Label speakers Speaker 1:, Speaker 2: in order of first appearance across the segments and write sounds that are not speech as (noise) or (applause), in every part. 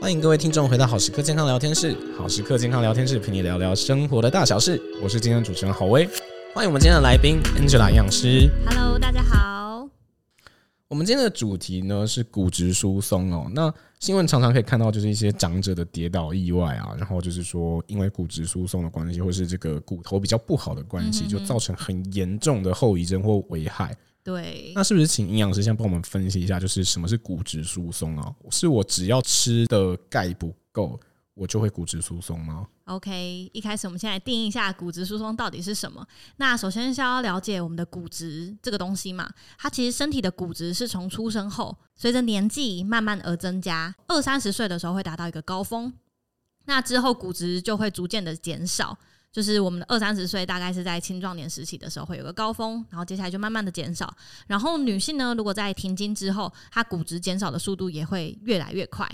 Speaker 1: 欢迎各位听众回到好时刻健康聊天室。好时刻健康聊天室陪你聊聊生活的大小事，我是今天的主持人郝威。欢迎我们今天的来宾 Angela 营养师。
Speaker 2: Hello，大家好。
Speaker 1: 我们今天的主题呢是骨质疏松哦。那新闻常常可以看到，就是一些长者的跌倒意外啊，然后就是说因为骨质疏松的关系，或是这个骨头比较不好的关系，
Speaker 2: 嗯哼哼
Speaker 1: 就造成很严重的后遗症或危害。
Speaker 2: 对，
Speaker 1: 那是不是请营养师先帮我们分析一下，就是什么是骨质疏松啊？是我只要吃的钙不够，我就会骨质疏松吗？
Speaker 2: OK，一开始我们先来定义一下骨质疏松到底是什么。那首先是要了解我们的骨质这个东西嘛，它其实身体的骨质是从出生后随着年纪慢慢而增加，二三十岁的时候会达到一个高峰，那之后骨质就会逐渐的减少。就是我们的二三十岁，大概是在青壮年时期的时候会有个高峰，然后接下来就慢慢的减少。然后女性呢，如果在停经之后，她骨质减少的速度也会越来越快。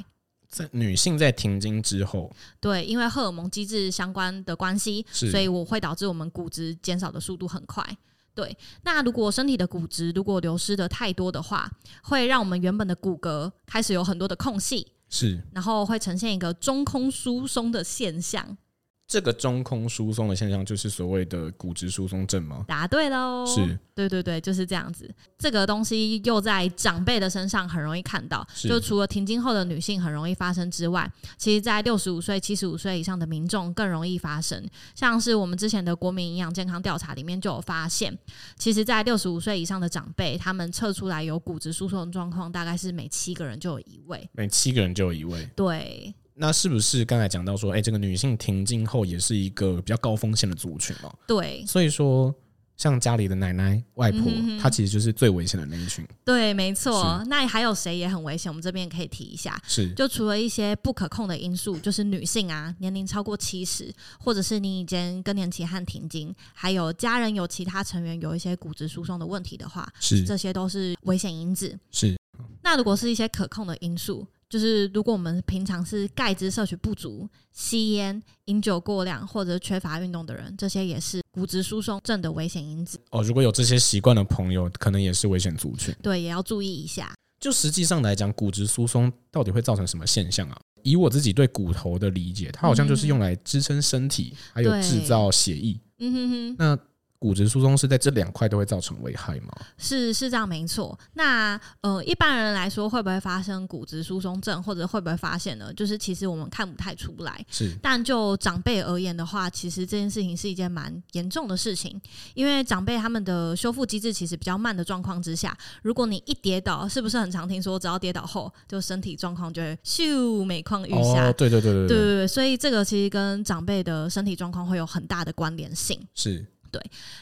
Speaker 1: 在女性在停经之后，
Speaker 2: 对，因为荷尔蒙机制相关的关系，
Speaker 1: 是
Speaker 2: 所以我会导致我们骨质减少的速度很快。对，那如果身体的骨质如果流失的太多的话，会让我们原本的骨骼开始有很多的空隙，
Speaker 1: 是
Speaker 2: 然后会呈现一个中空疏松的现象。
Speaker 1: 这个中空疏松的现象，就是所谓的骨质疏松症吗？
Speaker 2: 答对喽！
Speaker 1: 是，
Speaker 2: 对对对，就是这样子。这个东西又在长辈的身上很容易看到，
Speaker 1: 是
Speaker 2: 就除了停经后的女性很容易发生之外，其实在六十五岁、七十五岁以上的民众更容易发生。像是我们之前的国民营养健康调查里面就有发现，其实在六十五岁以上的长辈，他们测出来有骨质疏松的状况，大概是每七个人就有一位。
Speaker 1: 每七个人就有一位。
Speaker 2: 对，
Speaker 1: 那是不是刚才讲到说，哎、这个女性停经后也是一个比较高风险的族群嘛？
Speaker 2: 对，
Speaker 1: 所以说，像家里的奶奶、外婆，
Speaker 2: 嗯嗯哼哼
Speaker 1: 她其实就是最危险的那一群。
Speaker 2: 对，没错。那还有谁也很危险？我们这边可以提一下，
Speaker 1: 是
Speaker 2: 就除了一些不可控的因素，就是女性啊，年龄超过七十，或者是你已经更年期和停经，还有家人有其他成员有一些骨质疏松的问题的话，
Speaker 1: 是
Speaker 2: 这些都是危险因子。
Speaker 1: 是，
Speaker 2: 那如果是一些可控的因素，就是如果我们平常是钙质摄取不足、吸烟、饮酒过量或者缺乏运动的人，这些也是骨质疏松症的危险因子，
Speaker 1: 哦，如果有这些习惯的朋友，可能也是危险族群。
Speaker 2: 对，也要注意一下。
Speaker 1: 就实际上来讲，骨质疏松到底会造成什么现象啊？以我自己对骨头的理解，它好像就是用来支撑身体，还有
Speaker 2: 嗯对
Speaker 1: 制造血液。
Speaker 2: 嗯哼哼。
Speaker 1: 那骨质疏松是在这两块都会造成危害吗？
Speaker 2: 是是这样没错。那呃，一般人来说会不会发生骨质疏松症，或者会不会发现呢？就是其实我们看不太出来。
Speaker 1: 是
Speaker 2: 但就长辈而言的话，其实这件事情是一件蛮严重的事情，因为长辈他们的修复机制其实比较慢的状况之下，如果你一跌倒，是不是很常听说，只要跌倒后，就身体状况就会咻每况愈下？
Speaker 1: 哦，对对对对对，
Speaker 2: 对对对，所以这个其实跟长辈的身体状况会有很大的关联性。
Speaker 1: 是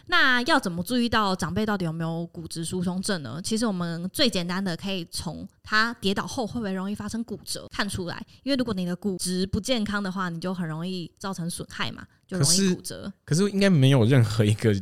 Speaker 2: 那要怎么注意到长辈到底有没有骨质疏松症呢？其实我们最简单的可以从他跌倒后会不会容易发生骨折看出来，因为如果你的骨质不健康的话，你就很容易造成损害嘛，就容
Speaker 1: 可
Speaker 2: 易
Speaker 1: 是
Speaker 2: 骨折。
Speaker 1: 可是应该没有任何一个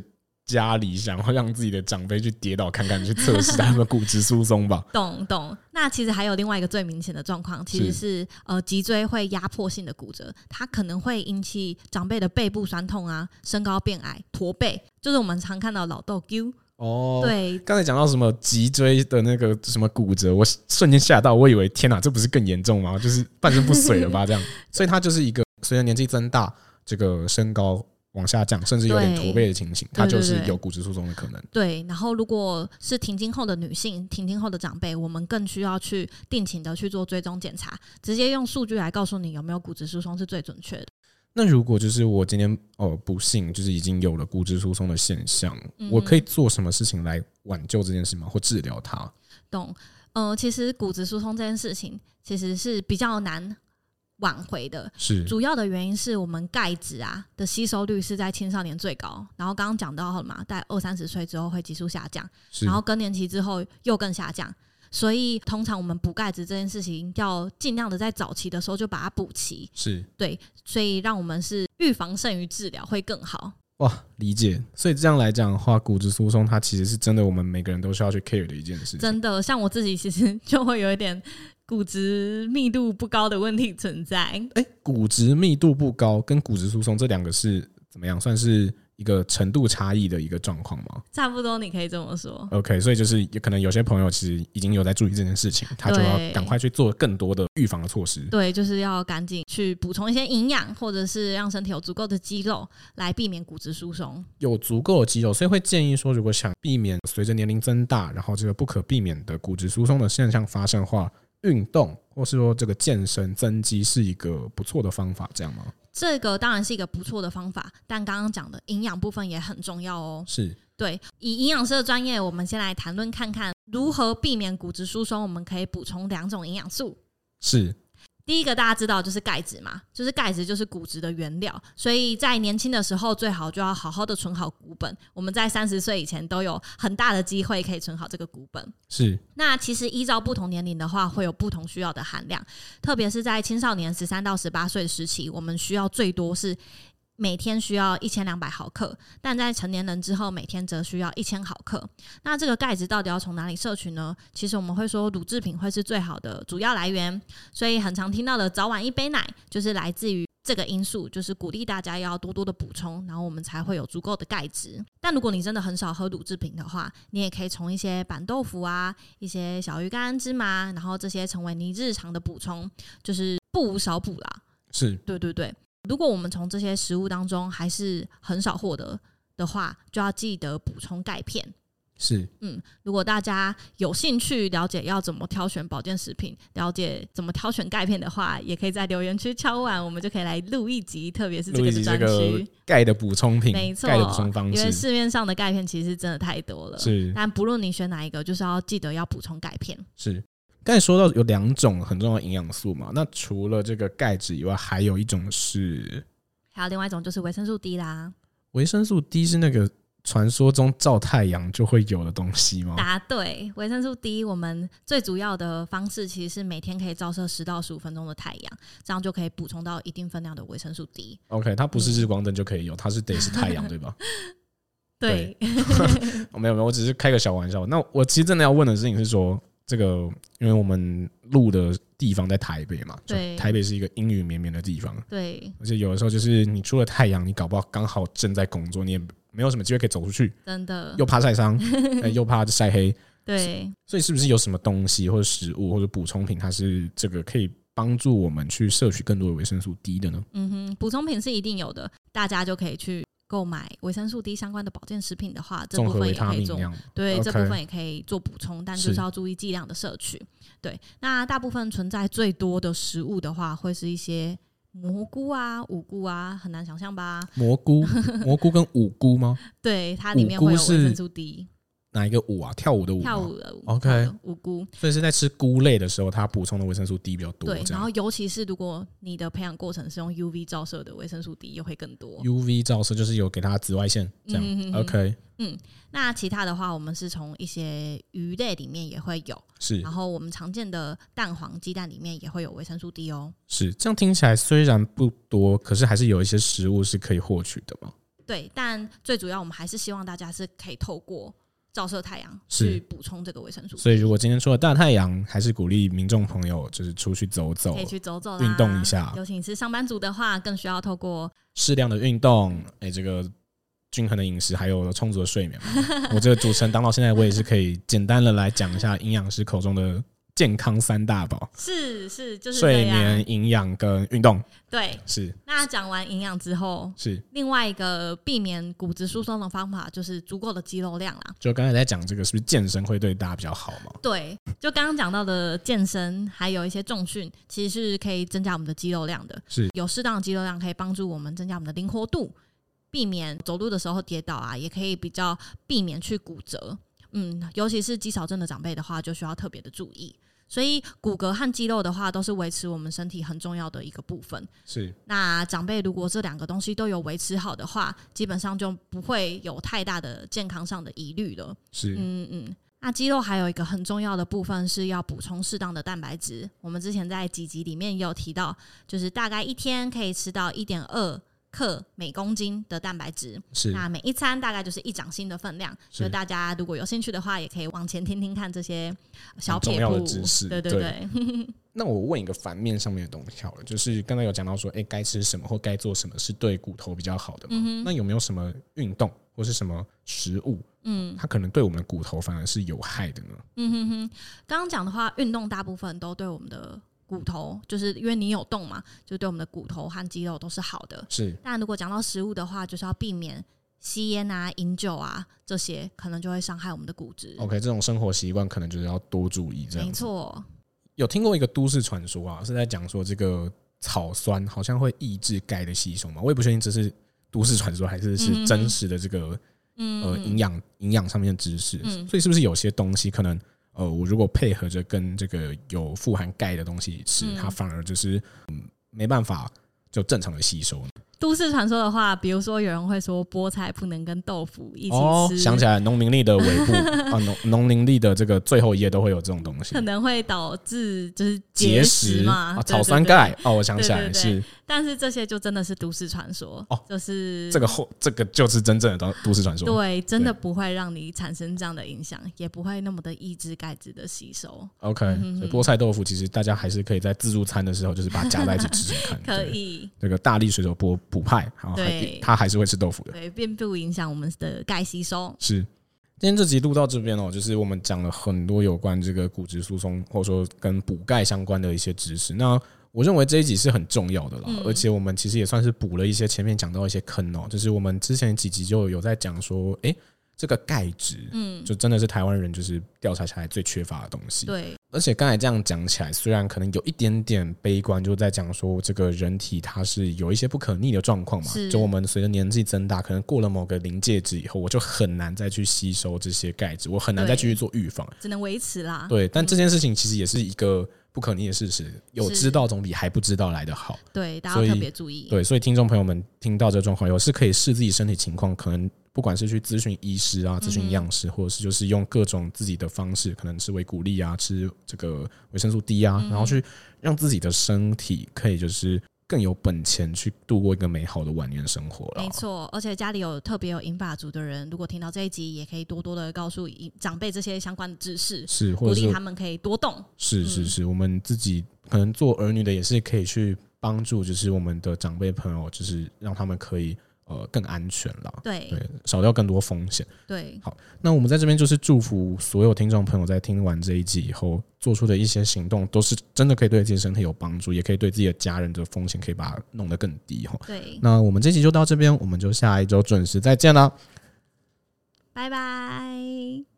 Speaker 1: 家里想要让自己的长辈去跌倒看看，去测试他们的骨质疏松吧？
Speaker 2: 懂懂。那其实还有另外一个最明显的状况，其实是呃脊椎会压迫性的骨折，它可能会引起长辈的背部酸痛啊、身高变矮、驼背，就是我们常看到老豆丢。
Speaker 1: 哦。
Speaker 2: 对
Speaker 1: 刚才讲到什么脊椎的那个什么骨折，我瞬间吓到，我以为天哪，这不是更严重吗？就是半身不遂
Speaker 2: (laughs)
Speaker 1: 了吧？这样，所以它就是一个随着年纪增大，这个身高往下降，甚至有点
Speaker 2: 对
Speaker 1: 驼背的情形，它
Speaker 2: 对对
Speaker 1: 就是
Speaker 2: 对
Speaker 1: 有骨质疏松的可能。
Speaker 2: 对，然后如果是停经后的女性、停经后的长辈，我们更需要去定期的去做追踪检查，直接用数据来告诉你有没有骨质疏松是最准确的。
Speaker 1: 那如果就是我今天哦不幸就是已经有了骨质疏松的现象，
Speaker 2: 嗯
Speaker 1: 我可以做什么事情来挽救这件事吗？或治疗它？
Speaker 2: 懂？呃，其实骨质疏松这件事情其实是比较难挽回的。
Speaker 1: 是
Speaker 2: 主要的原因是我们钙质啊的吸收率是在青少年最高，然后刚刚讲到了嘛，在二三十岁之后会急速下降，
Speaker 1: 是
Speaker 2: 然后更年期之后又更下降。所以通常我们补钙质这件事情，要尽量的在早期的时候就把它补齐，
Speaker 1: 是
Speaker 2: 对，所以让我们是预防胜于治疗会更好。
Speaker 1: 哇，理解。所以这样来讲的话，骨质疏松它其实是真的，我们每个人都需要去 care 的一件事情。
Speaker 2: 真的，像我自己其实就会有一点骨质密度不高的问题存在。
Speaker 1: 哎、骨质密度不高跟骨质疏松这两个是怎么样？算是一个程度差异的一个状况吗
Speaker 2: 差不多你可以这么说。
Speaker 1: ？OK，所以就是有可能有些朋友其实已经有在注意这件事情，他就
Speaker 2: 对
Speaker 1: 要赶快去做更多的预防的措施。
Speaker 2: 对，就是要赶紧去补充一些营养，或者是让身体有足够的肌肉，来避免骨质疏松。
Speaker 1: 有足够的肌肉，所以会建议说，如果想避免随着年龄增大，然后这个不可避免的骨质疏松的现象发生的话，运动或是说这个健身增肌是一个不错的方法，这样吗？
Speaker 2: 这个当然是一个不错的方法，但刚刚讲的营养部分也很重要哦。
Speaker 1: 是
Speaker 2: 对，以营养师的专业，我们先来谈论看看如何避免骨质疏松。我们可以补充两种营养素，
Speaker 1: 是，
Speaker 2: 第一个大家知道就是钙质嘛，就是钙质就是骨质的原料，所以在年轻的时候最好就要好好的存好骨本。我们在三十岁以前都有很大的机会可以存好这个骨本。
Speaker 1: 是
Speaker 2: 那其实依照不同年龄的话，会有不同需要的含量，特别是在青少年十三到十八岁时期，我们需要最多是每天需要一千两百毫克，但在成年人之后，每天则需要一千毫克。那这个钙质到底要从哪里摄取呢？其实我们会说乳制品会是最好的主要来源，所以很常听到的早晚一杯奶就是来自于。这个因素就是鼓励大家要多多的补充，然后我们才会有足够的钙质。但如果你真的很少喝乳制品的话，你也可以从一些板豆腐啊、一些小鱼干、芝麻，然后这些成为你日常的补充，就是不无少补啦。
Speaker 1: 是
Speaker 2: 对对对，如果我们从这些食物当中还是很少获得的话，就要记得补充钙片。
Speaker 1: 是，
Speaker 2: 嗯，如果大家有兴趣了解要怎么挑选保健食品，了解怎么挑选钙片的话，也可以在留言区敲碗，我们就可以来录一集，特别是这
Speaker 1: 录
Speaker 2: 个
Speaker 1: 一
Speaker 2: 的
Speaker 1: 集这
Speaker 2: 专
Speaker 1: 个
Speaker 2: 区。
Speaker 1: 钙的补充品
Speaker 2: 没，错，
Speaker 1: 钙的补充方
Speaker 2: 因
Speaker 1: 式
Speaker 2: 为市面上的钙片其实真的太多了。
Speaker 1: 是
Speaker 2: 但不论你选哪一个，就是要记得要补充钙片。
Speaker 1: 是。刚才说到有两种很重要的营养素嘛，那除了这个钙质以外，还有一种是
Speaker 2: 还有另外一种就是维生素 D 啦，
Speaker 1: 维生素 D，是那个传说中照太阳就会有的东西吗？
Speaker 2: 答对。维生素 D 我们最主要的方式其实是每天可以照射十到十五分钟的太阳，这样就可以补充到一定分量的维生素 D。
Speaker 1: OK，它
Speaker 2: 嗯
Speaker 1: 不是日光灯就可以有，它是得是太阳，对
Speaker 2: (laughs)
Speaker 1: 吧？
Speaker 2: 对，
Speaker 1: 哦没有没有，我只是开个小玩笑。那我其实真的要问的事情是说，这个因为我们录的地方在台北嘛，就
Speaker 2: 对
Speaker 1: 台北是一个阴雨绵绵的地方，
Speaker 2: (laughs) 对，
Speaker 1: 而且有的时候就是你出了太阳，你搞不好刚好正在工作，你也没有什么机会可以走出去，
Speaker 2: 真的，
Speaker 1: 又怕晒伤，呃又怕晒黑，
Speaker 2: 对，
Speaker 1: 所以是不是有什么东西或者食物或者补充品，它是这个可以帮助我们去摄取更多的维生素 D 的呢？
Speaker 2: 嗯哼，补充品是一定有的，大家就可以去购买维生素 D 相关的保健食品的话，这
Speaker 1: 综
Speaker 2: 部
Speaker 1: 合
Speaker 2: 分
Speaker 1: 维
Speaker 2: 也
Speaker 1: 他
Speaker 2: 可以
Speaker 1: 命
Speaker 2: 做
Speaker 1: 那样，
Speaker 2: 对
Speaker 1: OK
Speaker 2: 这部分也可以做补充，但就
Speaker 1: 是
Speaker 2: 是要注意剂量的摄取。对，那大部分存在最多的食物的话，会是一些蘑菇啊、五菇啊，很难想象吧？
Speaker 1: 蘑菇、蘑菇跟五菇吗？
Speaker 2: 对，它里面
Speaker 1: 五菇
Speaker 2: 会有维
Speaker 1: 是
Speaker 2: 生素 D，
Speaker 1: 哪一个舞啊？跳舞的舞吗？
Speaker 2: 跳舞的五
Speaker 1: OK
Speaker 2: 好的五菇。
Speaker 1: 所以是在吃菇类的时候，它补充的维生素 D 比较多。
Speaker 2: 对，
Speaker 1: 这
Speaker 2: 然
Speaker 1: 样
Speaker 2: 后尤其是如果你的培养过程是用 UV 照射的，维生素 D 又会更多。
Speaker 1: UV 照射就是有给它紫外线，这样、
Speaker 2: 嗯嗯嗯嗯
Speaker 1: OK
Speaker 2: 那其他的话，我们是从一些鱼类里面也会有，
Speaker 1: 是
Speaker 2: 然后我们常见的蛋黄、鸡蛋里面也会有维生素 D 哦。
Speaker 1: 是这样听起来虽然不多，可是还是有一些食物是可以获取的嘛。
Speaker 2: 对，但最主要我们还是希望大家是可以透过照射太阳
Speaker 1: 是
Speaker 2: 去补充这个维生素，
Speaker 1: 所以如果今天出了大太阳，还是鼓励民众朋友就是出去走走啊
Speaker 2: 可以，去走走啦，
Speaker 1: 运动一下
Speaker 2: 尤其你是上班族的话，更需要透过
Speaker 1: 适量的运动，哎、这个均衡的饮食，还有充足的睡
Speaker 2: (laughs)
Speaker 1: 眠嘛。我这个主持人当到现在，我也是可以简单的来讲一下营养师口中的健康三大宝：
Speaker 2: 是是就是
Speaker 1: 睡
Speaker 2: 这样。
Speaker 1: 眠、营养跟运动。
Speaker 2: 对，
Speaker 1: 是
Speaker 2: 那讲完营养之后，
Speaker 1: 是。
Speaker 2: 另外一个避免骨质疏松的方法就是足够的肌肉量啦。
Speaker 1: 就刚才在讲这个，是不是健身会对大家比较好嘛？
Speaker 2: 对，就刚刚讲到的健身，还有一些重训，其实是可以增加我们的肌肉量的。
Speaker 1: 是
Speaker 2: 有适当的肌肉量可以帮助我们增加我们的灵活度，避免走路的时候跌倒啊，也可以比较避免去骨折。嗯，尤其是肌少症的长辈的话，就需要特别的注意。所以骨骼和肌肉的话，都是维持我们身体很重要的一个部分。
Speaker 1: 是
Speaker 2: 那长辈如果这两个东西都有维持好的话，基本上就不会有太大的健康上的疑虑了。
Speaker 1: 是、
Speaker 2: 嗯嗯。那肌肉还有一个很重要的部分是要补充适当的蛋白质。我们之前在几集里面也有提到，就是大概一天可以吃到一点二克每公斤的蛋白质。
Speaker 1: 是
Speaker 2: 那每一餐大概就是一掌心的分量，
Speaker 1: 是
Speaker 2: 所以大家如果有兴趣的话，也可以往前听听看这些小
Speaker 1: 很重
Speaker 2: 撇
Speaker 1: 要的
Speaker 2: 步
Speaker 1: 知识
Speaker 2: 对对
Speaker 1: 对
Speaker 2: 对，
Speaker 1: 那我问一个反面上面的东西好了，就是刚才有讲到说，哎、该吃什么或该做什么是对骨头比较好的
Speaker 2: 嗯
Speaker 1: 嘛？那有没有什么运动或是什么食物，
Speaker 2: 嗯
Speaker 1: 它可能对我们的骨头反而是有害的呢？
Speaker 2: 嗯哼哼，刚刚讲的话，运动大部分都对我们的骨头，就是因为你有动嘛，就对我们的骨头和肌肉都是好的。
Speaker 1: 是
Speaker 2: 但如果讲到食物的话，就是要避免吸烟啊、饮酒啊这些，可能就会伤害我们的骨质。
Speaker 1: OK，这种生活习惯可能就是要多注意。哦这样
Speaker 2: 没
Speaker 1: 子
Speaker 2: 错，
Speaker 1: 有听过一个都市传说啊，是在讲说这个草酸好像会抑制钙的吸收嘛？我也不确定这是都市传说还是
Speaker 2: 嗯嗯
Speaker 1: 是
Speaker 2: 嗯
Speaker 1: 真实的这个呃
Speaker 2: 嗯，
Speaker 1: 营养营养上面的知识。
Speaker 2: 嗯
Speaker 1: 所以是不是有些东西可能呃，我如果配合着跟这个有富含钙的东西吃
Speaker 2: 嗯，
Speaker 1: 它反而就是嗯没办法就正常的吸收呢。
Speaker 2: 都市传说的话，比如说有人会说菠菜不能跟豆腐一起吃，
Speaker 1: 哦想起来农民历的尾
Speaker 2: (laughs)
Speaker 1: 部啊，农农民历的这个最后一页都会有这种东西
Speaker 2: 可。能会导致就是
Speaker 1: 结
Speaker 2: 石
Speaker 1: 石
Speaker 2: 嘛，
Speaker 1: 啊，
Speaker 2: 对
Speaker 1: 草酸。
Speaker 2: 对
Speaker 1: 钙
Speaker 2: 对
Speaker 1: 哦，我想起来
Speaker 2: 对嗯
Speaker 1: 了
Speaker 2: 对
Speaker 1: 是
Speaker 2: 但是这些就真的是都市传说，
Speaker 1: 哦
Speaker 2: 就是
Speaker 1: 这个后这个就是真正的都都市传说。
Speaker 2: 对，真的不会让你产生这样的影响，也不会那么的抑制钙质的吸收。
Speaker 1: OK，所
Speaker 2: 嗯
Speaker 1: 以菠菜豆腐其实大家还是可以在自助餐的时候，就是把它夹在一起吃吃看。
Speaker 2: (laughs) 可
Speaker 1: 对。
Speaker 2: 以，
Speaker 1: 这个大力水手波补派，然后还
Speaker 2: 对
Speaker 1: 他还是会吃豆腐的。
Speaker 2: 对，并不影响我们的钙吸收。
Speaker 1: 是，今天这集录到这边哦，就是我们讲了很多有关这个骨质疏松或者说跟补钙相关的一些知识。那我认为这一集是很重要的啦，
Speaker 2: 嗯
Speaker 1: 而且我们其实也算是补了一些前面讲到一些坑哦，就是我们之前几集就有在讲说，诶，这个钙质，
Speaker 2: 嗯，
Speaker 1: 就真的是台湾人就是调查下来最缺乏的东西。
Speaker 2: 对，
Speaker 1: 而且刚才这样讲起来，虽然可能有一点点悲观，就在讲说这个人体它是有一些不可逆的状况嘛
Speaker 2: 是。
Speaker 1: 就我们随着年纪增大，可能过了某个临界值以后，我就很难再去吸收这些钙质，我很难再继
Speaker 2: 对
Speaker 1: 续做预防。
Speaker 2: 只能维持啦。
Speaker 1: 对，但这件事情其实也是一个不可逆的事实，有
Speaker 2: 是
Speaker 1: 知道总比还不知道来的好。
Speaker 2: 对，大家
Speaker 1: 所以
Speaker 2: 要特别注意。
Speaker 1: 对，所以听众朋友们听到这状况，有是可以视自己身体情况，可能不管是去咨询医师
Speaker 2: 嗯
Speaker 1: 啊、咨询营养师，或者是就是用各种自己的方式，可能吃维骨力啊、吃这个维生素 D
Speaker 2: 嗯
Speaker 1: 啊，然后去让自己的身体可以就是更有本钱去度过一个美好的晚年生活了
Speaker 2: 没。错，而且家里有特别有银发族的人，如果听到这一集，也可以多多的告诉银长辈这些相关的知识，
Speaker 1: 是，或
Speaker 2: 鼓
Speaker 1: 者
Speaker 2: 励
Speaker 1: 是
Speaker 2: 他们嗯可以多动。
Speaker 1: 是是是，我们自己可能做儿女的也是可以去帮助，就是我们的长辈朋友，就是让他们可以呃更安全了，
Speaker 2: 对
Speaker 1: 对，少掉更多风险。
Speaker 2: 对，
Speaker 1: 那我们在这边就是祝福所有听众朋友，在听完这一集以后做出的一些行动，都是真的可以对自己的身体有帮助，也可以对自己的家人的风险可以把它弄得更低哈。
Speaker 2: 对，
Speaker 1: 那我们这集就到这边，我们就下一周准时再见啦。
Speaker 2: 拜拜。